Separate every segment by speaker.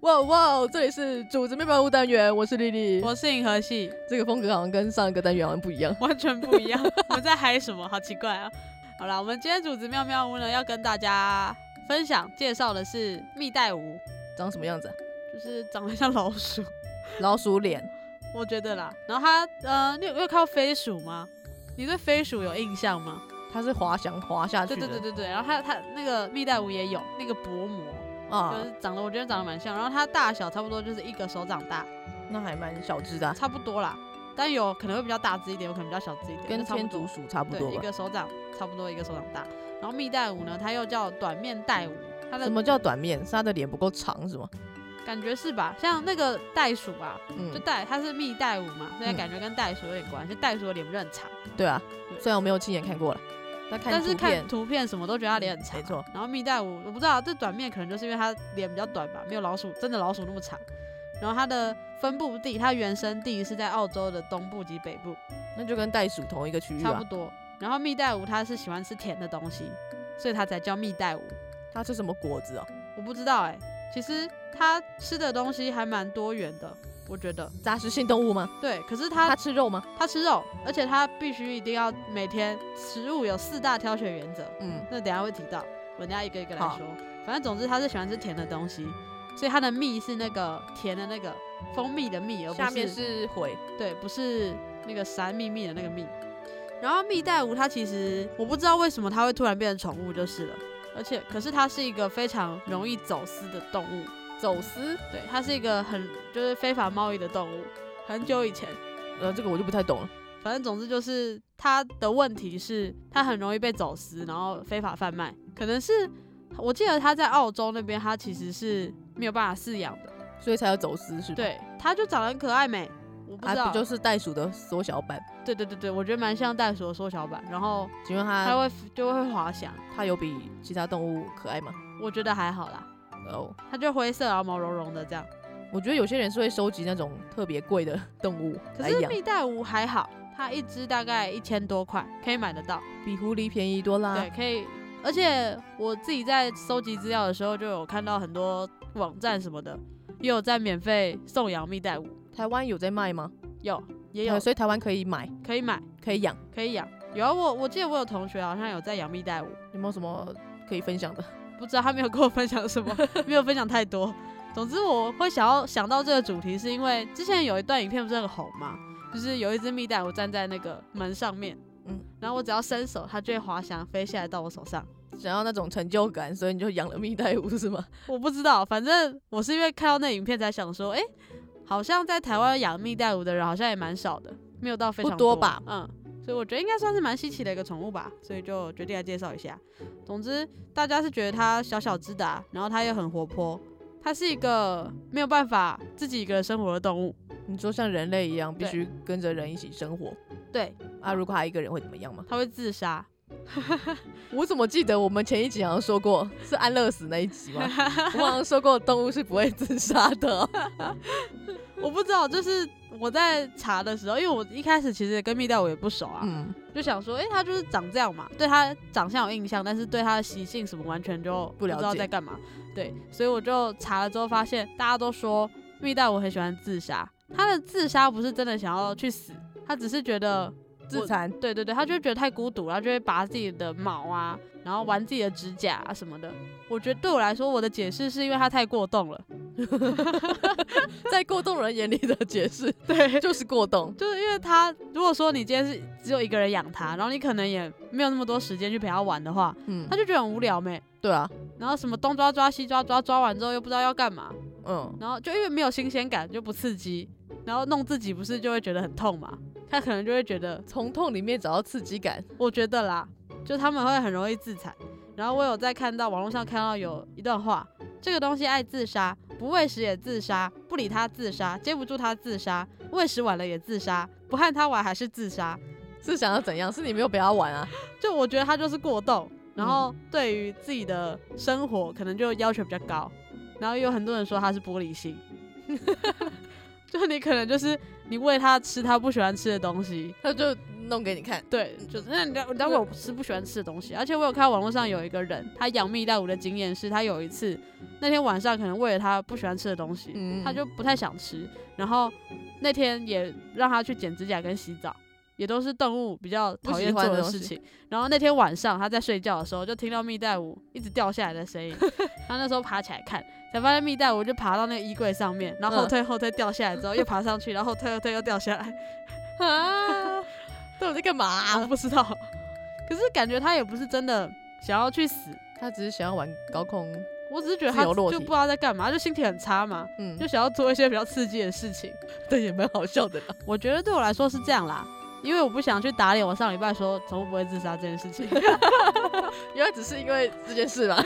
Speaker 1: 哇哇！这里是主子面包屋单元，我是丽丽。
Speaker 2: 我是银河系，
Speaker 1: 这个风格好像跟上一个单元好像不一样。
Speaker 2: 完全不一 样。我们在嗨什么？好奇怪啊！好啦，我们今天主子妙妙屋呢，要跟大家分享介绍的是蜜袋鼯，
Speaker 1: 长什么样子、啊？
Speaker 2: 就是长得像老鼠，
Speaker 1: 老鼠脸。
Speaker 2: 我觉得啦。然后它，呃，你有你有看到飞鼠吗？你对飞鼠有印象吗？
Speaker 1: 它是滑翔滑下去
Speaker 2: 对
Speaker 1: 的。
Speaker 2: 对对对对。然后它它那个蜜袋鼯也有那个薄膜，就
Speaker 1: 啊
Speaker 2: 是，长得我觉得长得蛮像。然后它大小差不多就是一个手掌大，
Speaker 1: 那还蛮小只的啊、
Speaker 2: 差不多啦。但有可能会比较大只一点，有可能比较小只一点，
Speaker 1: 跟
Speaker 2: 就差不
Speaker 1: 天
Speaker 2: 多
Speaker 1: 竺鼠差不
Speaker 2: 对，
Speaker 1: 多
Speaker 2: 一
Speaker 1: 吧。
Speaker 2: 个手掌差不多一个手掌大。然后蜜袋鼯呢，它又叫短面袋鼯，它
Speaker 1: 什
Speaker 2: 的
Speaker 1: 么叫短面？是它的脸不够长是吗？
Speaker 2: 感觉是吧？像那个袋鼠啊，就
Speaker 1: 嗯，
Speaker 2: 袋它是蜜袋鼯嘛，所以
Speaker 1: 嗯
Speaker 2: 感觉跟袋鼠有点关系。袋鼠的脸不是很长，
Speaker 1: 对啊。
Speaker 2: 对
Speaker 1: 虽然我没有亲眼看过了，但看
Speaker 2: 但
Speaker 1: 图
Speaker 2: 是看
Speaker 1: 片嗯
Speaker 2: 图片什么都觉得它脸很长。啊
Speaker 1: 没错。
Speaker 2: 然后蜜袋鼯，我不知道这短面可能就是因为它脸比较短吧，没有老鼠真的老鼠那么长。然后它的分布地，它原生地是在澳洲的东部及北部，
Speaker 1: 那就跟袋鼠同一个区域
Speaker 2: 差不
Speaker 1: 啊。
Speaker 2: 多。然后蜜袋鼯它是喜欢吃甜的东西，所以它才叫蜜袋鼯。
Speaker 1: 它吃什么果子哦？
Speaker 2: 我不知道哎、其实它吃的东西还蛮多元的，我觉得。
Speaker 1: 杂食性动物吗？
Speaker 2: 对，可是
Speaker 1: 它
Speaker 2: 它
Speaker 1: 吃肉吗？
Speaker 2: 它吃肉，而且它必须一定要每天食物有四大挑选原则，
Speaker 1: 嗯，
Speaker 2: 那等一下会提到，我等一下一个一个来
Speaker 1: 好
Speaker 2: 说。反正总之它是喜欢吃甜的东西，所以它的蜜是那个甜的那个蜂蜜的蜜，而不
Speaker 1: 下面
Speaker 2: 是
Speaker 1: 是灰。
Speaker 2: 对，不是那个山秘密的那个蜜。然后蜜袋鼯它其实我不知道为什么它会突然变成宠物就是了，而且可是它是一个非常容易走私的动物。
Speaker 1: 走私，
Speaker 2: 对，它是一个很就是非法贸易的动物，很久以前。
Speaker 1: 呃，这个我就不太懂了。
Speaker 2: 反正总之就是它的问题是，它很容易被走私，然后非法贩卖。可能是我记得它在澳洲那边，它其实是没有办法饲养的。
Speaker 1: 所以才有走私是吧？，
Speaker 2: 对，它就长得很可爱美，我不知道。
Speaker 1: 啊，不就是袋鼠的缩小版？
Speaker 2: 对对对对，我觉得蛮像袋鼠的缩小版，然后
Speaker 1: 请问
Speaker 2: 它
Speaker 1: 它
Speaker 2: 会就会滑翔，
Speaker 1: 它有比其他动物可爱吗？
Speaker 2: 我觉得还好啦。
Speaker 1: 哦，
Speaker 2: 它就灰色，然后毛茸茸的这样。
Speaker 1: 我觉得有些人是会收集那种特别贵的 动物
Speaker 2: 可
Speaker 1: 来
Speaker 2: 是
Speaker 1: 养，
Speaker 2: 蜜袋鼯还好，它一只大概一千多块，可以买得到。
Speaker 1: 比狐狸便宜多啦
Speaker 2: 对，。可以。而且我自己在收集资料的时候，就有看到很多网站什么的，也有在免费送养蜜袋鼯，
Speaker 1: 台湾有在卖吗？
Speaker 2: 有也
Speaker 1: 呃
Speaker 2: 有
Speaker 1: 所以台湾可以买，
Speaker 2: 可以买，
Speaker 1: 可以养。
Speaker 2: 可以养。有啊，我我记得我有同学好像有在养蜜袋鼯，
Speaker 1: 有没有什么可以分享的？
Speaker 2: 不知道他没有跟我分享什 么，没有分享太多。总之，我会想要想到这个主题，是因为之前有一段影片不是很红嘛，就是有一只蜜袋鼯站在那个门上面，
Speaker 1: 嗯
Speaker 2: 嗯，然后我只要伸手，它就会滑翔飞下来到我手上。
Speaker 1: 想要那种成就感，所以你就养了蜜袋鼯是吗？
Speaker 2: 我不知道，反正我是因为看到那影片才想说，诶，好像在台湾养蜜袋鼯的人好像也蛮少的，没有到非常
Speaker 1: 不多
Speaker 2: 多
Speaker 1: 吧？
Speaker 2: 嗯，所以我觉得应该算是蛮稀奇的一个宠物吧，所以就决定来介绍一下。总之，大家是觉得它小小只的啊、然后它又很活泼，它是一个没有办法自己一个人生活的动物。
Speaker 1: 你说像人类一样，必
Speaker 2: 对
Speaker 1: 须跟着人一起生活
Speaker 2: 对，
Speaker 1: 啊？如果它一个人会怎么样吗？
Speaker 2: 它会自杀。
Speaker 1: 我怎么记得我们前一集好像说过是安乐死那一集 吗？我好像说过动物是不会自杀的哦、
Speaker 2: 我不知道，就是我在查的时候，因为我一开始其实跟蜜袋鼯也不熟啊，
Speaker 1: 嗯，
Speaker 2: 就想说，诶，它就是长这样嘛，对它长相有印象，但是对它的习性什么完全就
Speaker 1: 不了解
Speaker 2: 知道在干嘛。对，所以我就查了之后发现，大家都说蜜袋鼯很喜欢自杀，它的自杀不是真的想要去死，它只是觉得
Speaker 1: 自残
Speaker 2: 对对对，它就会觉得太孤独，然后就会拔自己的毛啊，然后玩自己的指甲啊什么的。我觉得对我来说，我的解释是因为它太过动了，
Speaker 1: 在过动人眼里的解 释
Speaker 2: 对，
Speaker 1: 就是过动，
Speaker 2: 就是因为它，如果说你今天是只有一个人养它，然后你可能也没有那么多时间去陪它玩的话，
Speaker 1: 嗯
Speaker 2: 它，就觉得很无聊没。
Speaker 1: 对啊，
Speaker 2: 然后什么东抓抓西抓抓，抓完之后又不知道要干嘛，
Speaker 1: 嗯，
Speaker 2: 然后就因为没有新鲜感，就不刺激，然后弄自己不是就会觉得很痛嘛？他可能就会觉得，
Speaker 1: 从痛里面找到刺激感，
Speaker 2: 我觉得啦，就他们会很容易自残。然后我有在看到网络上看到有一段话，这个东西爱自杀，不喂食也自杀，不理它自杀，接不住它自杀，喂食晚了也自杀，不和它玩还是自杀。
Speaker 1: 是想要怎样？是你没有陪他玩啊？
Speaker 2: 就我觉得他就是过动，然后对于自己的生活可能就要求比较高，然后有很多人说他是玻璃心， 就你可能就是你喂他吃他不喜欢吃的东西，
Speaker 1: 他就弄给你看。
Speaker 2: 对，就是那你当然我是不喜欢吃的东西，啊而且我有看到网络上有一个人，他养蜜带鼯的经验是，他有一次那天晚上可能为了他不喜欢吃的东西，
Speaker 1: 嗯
Speaker 2: 他就不太想吃，然后那天也让他去剪指甲跟洗澡，也都是动物比较
Speaker 1: 不
Speaker 2: 讨
Speaker 1: 喜
Speaker 2: 厌
Speaker 1: 欢
Speaker 2: 做
Speaker 1: 的
Speaker 2: 的
Speaker 1: 东
Speaker 2: 事
Speaker 1: 西
Speaker 2: 情。然后那天晚上他在睡觉的时候，就听到蜜袋鼯一直掉下来的 声音，他那时候爬起来看，才发现蜜袋鼯就爬到那个衣柜上面，然后后
Speaker 1: 嗯
Speaker 2: 退后退掉下来之后又爬上去，然后后退后退又掉下来。
Speaker 1: 啊，到底在干嘛啊、
Speaker 2: 啊，我不知道。可是感觉他也不是真的想要去死，
Speaker 1: 他只是想要玩高空，
Speaker 2: 我只是觉得
Speaker 1: 自
Speaker 2: 他
Speaker 1: 由落
Speaker 2: 就
Speaker 1: 体
Speaker 2: 不知道在干嘛，就心情很差嘛，
Speaker 1: 嗯，
Speaker 2: 就想要做一些比较刺激的事情。
Speaker 1: 对，也蛮好笑的啦。
Speaker 2: 我觉得对我来说是这样啦，因为我不想去打脸我上礼拜说宠物不会自杀这件事情，
Speaker 1: 原来只是因为这件事吧？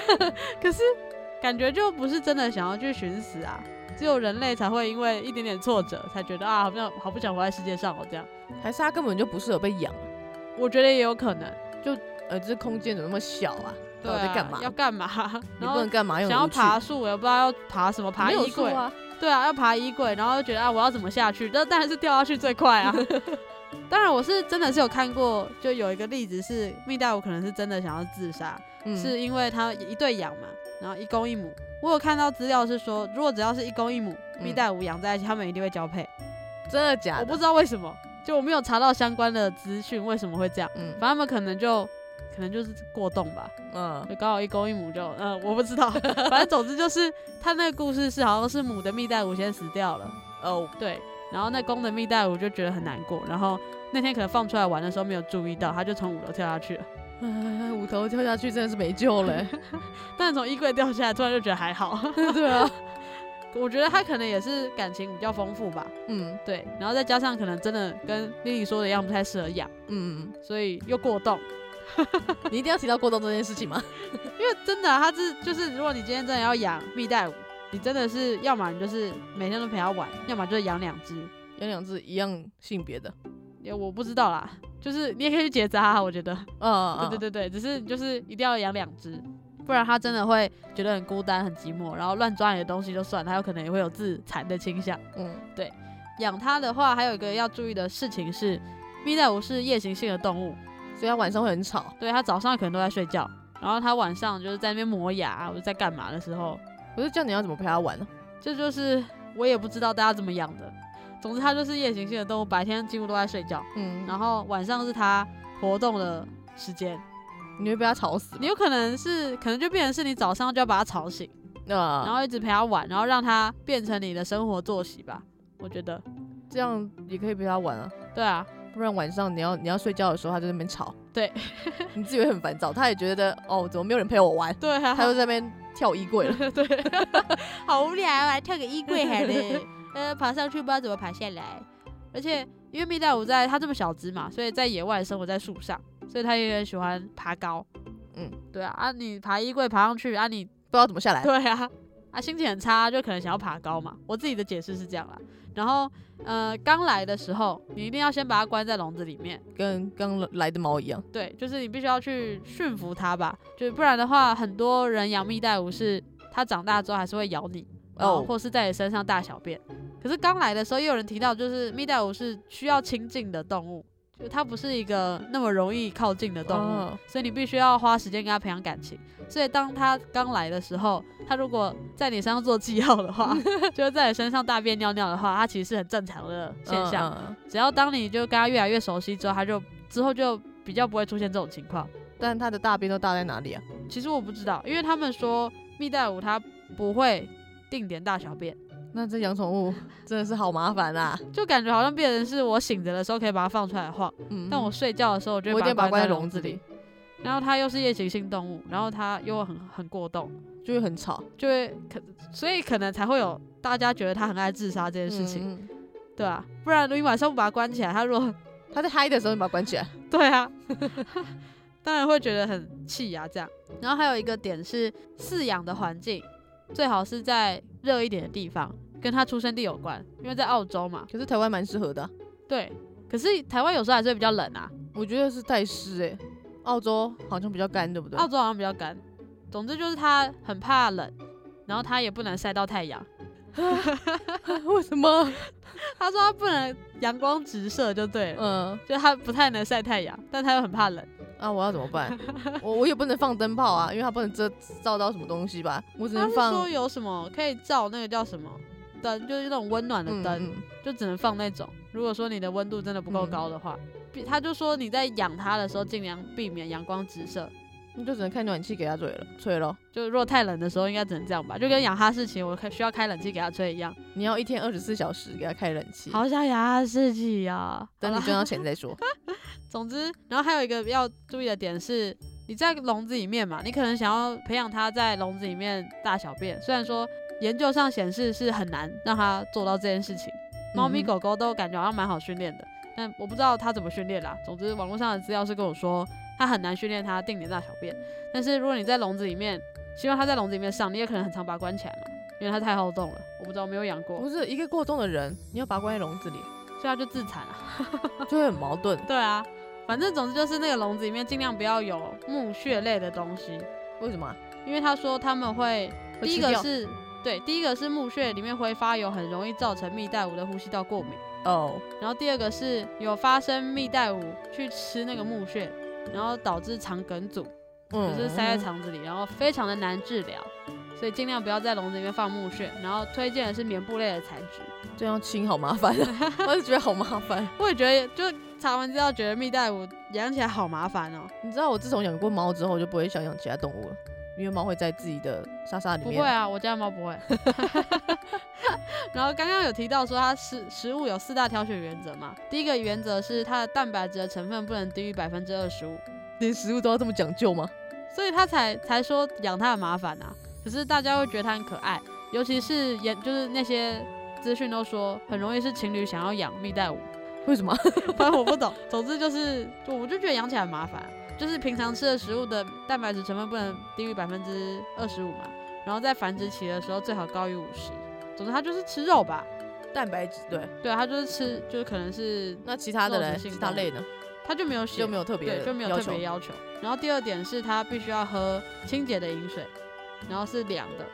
Speaker 2: 可是感觉就不是真的想要去寻死啊。只有人类才会因为一点点挫折，才觉得啊，好像好不想活在世界上哦，这样。
Speaker 1: 还是他根本就不适合被养？
Speaker 2: 我觉得也有可能，
Speaker 1: 呃，这空间怎么那么小啊？
Speaker 2: 对、
Speaker 1: 到
Speaker 2: 啊，
Speaker 1: 底在干嘛？
Speaker 2: 要干嘛？
Speaker 1: 你不
Speaker 2: 然后
Speaker 1: 能干嘛？又
Speaker 2: 想
Speaker 1: 很
Speaker 2: 要
Speaker 1: 无趣
Speaker 2: 爬树，我也不知道要爬什么，爬
Speaker 1: 没有
Speaker 2: 衣
Speaker 1: 树
Speaker 2: 柜。
Speaker 1: 啊？
Speaker 2: 对啊，要爬衣柜，然后就觉得啊，我要怎么下去？那当然是掉下去最快 啊。当然，我是真的是有看过，就有一个例子是蜜袋鼯可能是真的想要自杀，
Speaker 1: 嗯
Speaker 2: 是因为它一对养嘛，然后一公一母。我有看到资料是说，如果只要是一公一母，
Speaker 1: 嗯
Speaker 2: 蜜袋鼯养在一起，它们一定会交配。
Speaker 1: 真的假的？
Speaker 2: 我不知道为什么，就我没有查到相关的资讯，为什么会这样？
Speaker 1: 嗯
Speaker 2: 反正它们可能就可能就是过动吧，
Speaker 1: 嗯，
Speaker 2: 就刚好一公一母就， 呃，我不知道，反正总之就是它那个故事是好像是母的蜜袋鼯先死掉了。
Speaker 1: 哦，
Speaker 2: 对，然后那公的蜜袋鼯就觉得很难过，然后那天可能放出来玩的时候没有注意到，它就从五楼跳下去了，
Speaker 1: 哎，五头跳下去真的是没救了 欸。
Speaker 2: 但是从衣柜掉下来，突然就觉得还好。
Speaker 1: 对啊，
Speaker 2: 我觉得它可能也是感情比较丰富吧，
Speaker 1: 嗯
Speaker 2: 对，然后再加上可能真的跟丽丽说的一样不太适合养，
Speaker 1: 嗯，
Speaker 2: 所以又过动，
Speaker 1: 你一定要提到过冬这件事情吗？
Speaker 2: 因为真的啊、它是就是如果你今天真的要养蜜袋鼯。你真的是，要么你就是每天都陪它玩，要么就是养两只。
Speaker 1: 有两只一样性别的，
Speaker 2: 也我不知道啦，就是你也可以去结扎啊，我觉得。
Speaker 1: 嗯，嗯
Speaker 2: 对对对对，只是你就是一定要养两只，不然它真的会觉得很孤单、很寂寞，然后乱抓你的东西就算，它有可能也会有自残的倾向。
Speaker 1: 嗯
Speaker 2: 养它的话，还有一个要注意的事情是，蜜袋鼯是夜行性的动物，
Speaker 1: 嗯，所以它晚上会很吵。
Speaker 2: 对它早上可能都在睡觉，然后它晚上就是在那边磨牙，或者在干嘛的时候，
Speaker 1: 我就叫你要怎么陪它玩呢？
Speaker 2: 这就是我也不知道大家怎么养的。总之，它就是夜行性的动物，白天几乎都在睡觉，
Speaker 1: 嗯，
Speaker 2: 然后晚上是它活动的时间。
Speaker 1: 你会被它吵死吧。
Speaker 2: 你有可能是，可能就变成是你早上就要把它吵醒。然
Speaker 1: 那
Speaker 2: 后一直陪他玩，然后让他变成你的生活作息吧。我觉得，
Speaker 1: 这样也可以陪它玩啊，
Speaker 2: 对啊，
Speaker 1: 不然晚上你要你要睡觉的时候，它就在那边吵。
Speaker 2: 对，
Speaker 1: 你自己会很烦躁，它也觉得哦，怎么没有人陪我玩？
Speaker 2: 对啊，
Speaker 1: 它就在那边跳衣 柜了。
Speaker 2: 对，好无聊啊，跳个衣柜还得，呃，爬上去不知道怎么爬下来。而且因为蜜袋鼯在它这么小只嘛，所以在野外生活在树上，所以它也很喜欢爬高。
Speaker 1: 嗯，
Speaker 2: 对啊，啊你爬衣柜爬上去啊你，
Speaker 1: 不知道怎么下来。
Speaker 2: 对啊。啊，心情很差，就可能想要爬高嘛。我自己的解释是这样啦。然后，呃，刚来的时候，你一定要先把它关在笼子里面，
Speaker 1: 跟刚来的猫一样，
Speaker 2: 对，就是你必须要去驯服它吧，就是不然的话，很多人养蜜袋鼯是它长大之后还是会咬你，哦，
Speaker 1: 哦，
Speaker 2: 或是在你身上大小便。可是刚来的时候，也有人提到，就是蜜袋鼯是需要亲近的动物，就它不是一个那么容易靠近的动物，
Speaker 1: 哦
Speaker 2: 所以你必须要花时间跟它培养感情。所以当它刚来的时候，它如果在你身上做记号的话， 就是在你身上大便尿尿的话，它其实是很正常的现
Speaker 1: 嗯
Speaker 2: 象。
Speaker 1: 嗯嗯
Speaker 2: 只要当你就跟他越来越熟悉之后，他就之后就比较不会出现这种情况。
Speaker 1: 但它的大便都大在哪里啊？
Speaker 2: 其实我不知道，因为他们说蜜袋鼯它不会定点大小便，
Speaker 1: 那这养宠物真的是好麻烦啊。
Speaker 2: 就感觉好像变成是我醒着的时候可以把它放出来晃，
Speaker 1: 嗯
Speaker 2: 但我睡觉的时候我就
Speaker 1: 我一定要把它关
Speaker 2: 关
Speaker 1: 在
Speaker 2: 在
Speaker 1: 笼
Speaker 2: 笼
Speaker 1: 子里
Speaker 2: 里。，然后它又是夜行性动物，然后它又很很过动，
Speaker 1: 就会很吵
Speaker 2: 就会可所以可能才会有大家觉得它很爱自杀这件
Speaker 1: 的
Speaker 2: 事情，。
Speaker 1: 嗯
Speaker 2: 对啊，不然你晚上不把它关起来，它如果
Speaker 1: 它在嗨的时候，你把它关起 来。
Speaker 2: 对 啊，当然会觉得很气啊，这样。然后还有一个点是饲养的环境，最好是在热一点的地方，跟它出生地有关，因为在澳洲嘛。
Speaker 1: 可是台湾蛮适合的啊、
Speaker 2: 对，可是台湾有时候还是会比较冷啊，
Speaker 1: 我觉得是太湿哎、澳洲好像比较干，对不对？
Speaker 2: 澳洲好像比较干。总之就是它很怕冷，然后它也不能晒到太阳，
Speaker 1: 为什么？
Speaker 2: 他说他不能阳光直射就对了，
Speaker 1: 嗯
Speaker 2: 就他不太能晒太阳，但他又很怕冷。
Speaker 1: 啊，我要怎么 办？我我也不能放灯泡啊，因为它不能遮照到什么东西吧，我只
Speaker 2: 他
Speaker 1: 能
Speaker 2: 是
Speaker 1: 放
Speaker 2: 说有什么可以照那个叫什么灯，就是那种温暖的
Speaker 1: 嗯
Speaker 2: 灯，
Speaker 1: 嗯
Speaker 2: 就只能放那种。如果说你的温度真的不够
Speaker 1: 嗯
Speaker 2: 高的话，比他就说你在养它的时候尽量避免阳光直射。
Speaker 1: 你就只能开暖气给它吹了，吹咯。
Speaker 2: 就若太冷的时候，应该只能这样吧，就跟养哈士奇我开需要开冷气给它吹一样。
Speaker 1: 你要一天二十四小时给它开冷气，
Speaker 2: 好想养哈士奇呀、啊！
Speaker 1: 等
Speaker 2: 好
Speaker 1: 嗯你
Speaker 2: 啦
Speaker 1: 赚到钱再说。
Speaker 2: 总之，然后还有一个要注意的点是，你在笼子里面嘛，你可能想要培养它在笼子里面大小便，虽然说研究上显示是很难让它做到这件事情，猫咪
Speaker 1: 嗯哼
Speaker 2: 狗狗都感觉好像蛮好训练的，但我不知道它怎么训练啦。总之，网络上的资料是跟我说，它很难训练它定点大小便，但是如果你在笼子里面，希望它在笼子里面上，你也可能很常把它关起来嘛，因为它太好动了。我不知道，我没有养过，
Speaker 1: 嗯不是一个过冬的人，你要把它关在笼子里，
Speaker 2: 所以它就自残了。啊
Speaker 1: 就会很矛盾。
Speaker 2: 对啊，反正总之就是那个笼子里面尽量不要有木屑类的东西，
Speaker 1: 为什么啊？
Speaker 2: 因为他说他们会
Speaker 1: 会
Speaker 2: 第一
Speaker 1: 吃
Speaker 2: 个
Speaker 1: 掉
Speaker 2: 是对，第一个是木屑里面挥发油很容易造成蜜袋鼯的呼吸道过敏，
Speaker 1: 哦，
Speaker 2: 然后第二个是有发生蜜袋鼯去吃那个木屑，然后导致肠梗阻，
Speaker 1: 嗯
Speaker 2: 就是塞在肠子里，然后非常的难治疗。所以尽量不要在笼子里面放木屑，然后推荐的是棉布类的材质。
Speaker 1: 这样清好麻烦啊， 我就觉得好麻烦。
Speaker 2: 我也觉得，就查完资料觉得蜜袋鼯养起来好麻烦哦、
Speaker 1: 你知道我自从养过猫之后，就不会想养其他动物了，因为猫会在自己的沙沙里
Speaker 2: 不
Speaker 1: 面。
Speaker 2: 会啊，我家的猫不会。 然后刚刚有提到说，它食食物有四大挑选原则嘛。第一个原则是它的蛋白质的成分不能低于百分之二十五，
Speaker 1: 连食物都要这么讲究吗？
Speaker 2: 所以它才才说养它很麻烦啊。可是大家会觉得它很可爱，尤其是研就是那些资讯都说很容易是情侣想要养 蜜袋鼯，
Speaker 1: 为 什么？
Speaker 2: 反正我不懂。总之就是，我我就觉得养起来很麻烦啊、就是平常吃的食物的蛋白质成分不能低于百分之二十五嘛，然后在繁殖期的时候最好高于五十。总之它就是吃肉吧，
Speaker 1: 蛋白质对，
Speaker 2: 对，它就是吃，就是可能是
Speaker 1: 那其他的
Speaker 2: 肉
Speaker 1: 嘞，
Speaker 2: 食性
Speaker 1: 其他类呢
Speaker 2: 它就没有血
Speaker 1: 就没有特别
Speaker 2: 对，
Speaker 1: 的
Speaker 2: 就没有
Speaker 1: 要
Speaker 2: 特
Speaker 1: 求
Speaker 2: 别要求。然后第二点是它必须要喝清洁的饮水，然后是凉的，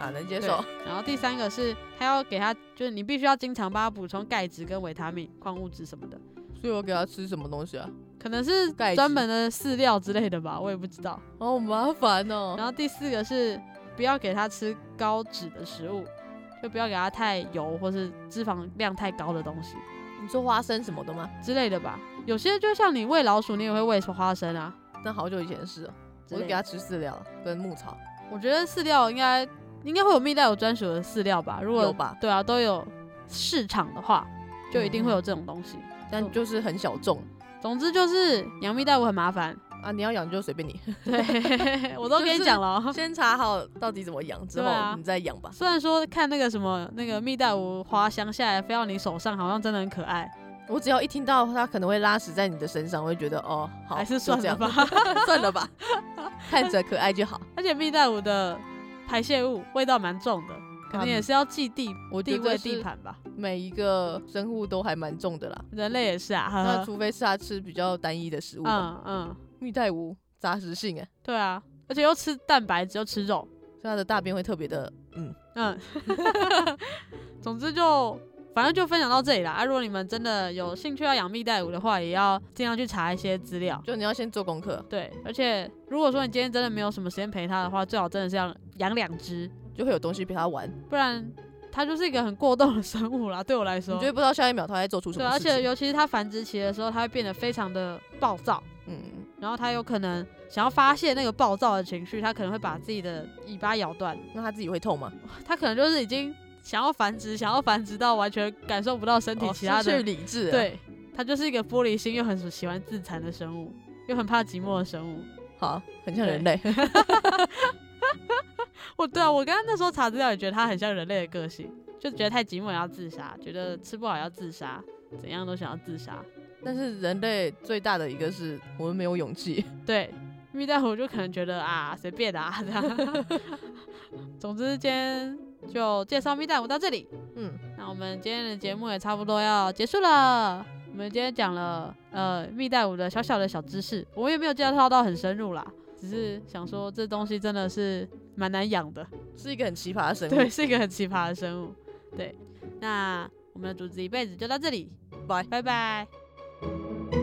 Speaker 1: 啊，能接
Speaker 2: 对
Speaker 1: 受。。
Speaker 2: 然后第三个是它要给它，就是你必须要经常帮它补充钙质跟维他命、矿物质什么的，
Speaker 1: 所以我给它吃什么东西啊？
Speaker 2: 可能是
Speaker 1: 钙质
Speaker 2: 专门的饲料之类的吧，我也不知道。
Speaker 1: 好麻烦哦。
Speaker 2: 然后第四个是不要给它吃高脂的食物，就不要给它太油或是脂肪量太高的东西
Speaker 1: 你说花生什么的吗？
Speaker 2: 之类的吧。有些就像你喂老鼠，你也会喂花生啊。
Speaker 1: 那好久以前的事了，
Speaker 2: 之
Speaker 1: 我就给
Speaker 2: 类的
Speaker 1: 它吃饲料跟牧草，
Speaker 2: 我觉得饲料应该应该会有蜜袋鼯专属的饲料吧，如果
Speaker 1: 有吧
Speaker 2: 对啊，都有市场的话，就一定
Speaker 1: 嗯
Speaker 2: 会有这种东西。
Speaker 1: 但就是很小众
Speaker 2: 总之就是养蜜袋鼯很麻烦，
Speaker 1: 啊。你要养就随便 你，
Speaker 2: 对我都
Speaker 1: 就
Speaker 2: 跟你
Speaker 1: 是
Speaker 2: 讲了哦。
Speaker 1: 先查好到底怎么养，之
Speaker 2: 对啊
Speaker 1: 后你再养吧。
Speaker 2: 虽然说看那个什么那个蜜袋鼯花香下来飞到你手上，好像真的很可爱，
Speaker 1: 我只要一听到它可能会拉屎在你的身上，我会觉得哦，好，
Speaker 2: 还是
Speaker 1: 就
Speaker 2: 算
Speaker 1: 这
Speaker 2: 了
Speaker 1: 样
Speaker 2: 吧。。
Speaker 1: 算了吧，看着可爱就 好。
Speaker 2: 而且蜜袋鼯的排泄物味道蛮重的，可能也是要记地
Speaker 1: 我觉
Speaker 2: 地
Speaker 1: 得
Speaker 2: 位
Speaker 1: 是
Speaker 2: 地盘吧。
Speaker 1: 每一个生物都还蛮重的啦。
Speaker 2: 人类也是啊，呵
Speaker 1: 那
Speaker 2: 呵
Speaker 1: 除非是它吃比较单一的食物嘛，
Speaker 2: 嗯嗯，
Speaker 1: 蜜袋鼯杂食性哎、
Speaker 2: 对啊，而且又吃蛋白质又吃肉，
Speaker 1: 所以它的大便会特别的，嗯，
Speaker 2: 嗯，总之就反正就分享到这里啦。啊，如果你们真的有兴趣要养蜜袋鼯的话，也要尽量去查一些资料。
Speaker 1: 就你要先做功课，
Speaker 2: 对，而且如果说你今天真的没有什么时间陪它的话，最好真的是要养两只，
Speaker 1: 就会有东西陪它玩，
Speaker 2: 不然它就是一个很过动的生物啦。对我来
Speaker 1: 你
Speaker 2: 说
Speaker 1: 就，会不知道下一秒它在做出什
Speaker 2: 对，啊
Speaker 1: 么
Speaker 2: 而
Speaker 1: 事情。
Speaker 2: 且尤其是它繁殖期的时候，它会变得非常的暴躁，
Speaker 1: 嗯，
Speaker 2: 然后它有可能想要发泄那个暴躁的情绪，它可能会把自己的尾巴咬断，
Speaker 1: 那它自己会痛吗？
Speaker 2: 它可能就是已经想要繁殖，想要繁殖到完全感受不到身体
Speaker 1: 哦
Speaker 2: 其他
Speaker 1: 失
Speaker 2: 的
Speaker 1: 去理智了。
Speaker 2: 对，它就是一个玻璃心又很喜欢自残的生物，又很怕寂寞的生物。
Speaker 1: 好，很像
Speaker 2: 对
Speaker 1: 人类。
Speaker 2: 我对啊，我刚刚那时候查资料也觉得它很像人类的个性，就觉得太寂寞也要自杀，觉得吃不好要自杀，怎样都想要自杀。
Speaker 1: 但是人类最大的一个是我们没有勇气，
Speaker 2: 对，蜜袋鼯就可能觉得啊随便啊这样。 总之今天就介绍蜜袋鼯到这里，
Speaker 1: 嗯，
Speaker 2: 那我们今天的节目也差不多要结束了。我们今天讲了呃蜜袋鼯的小小的小知识，我也没有介绍到很深入啦，只是想说这东西真的是蛮难养的，
Speaker 1: 是一个很奇葩的生物。
Speaker 2: 对，是一个很奇葩的生物。对，那我们的主子一辈子就到这里，
Speaker 1: 拜
Speaker 2: 拜拜。
Speaker 1: 拜。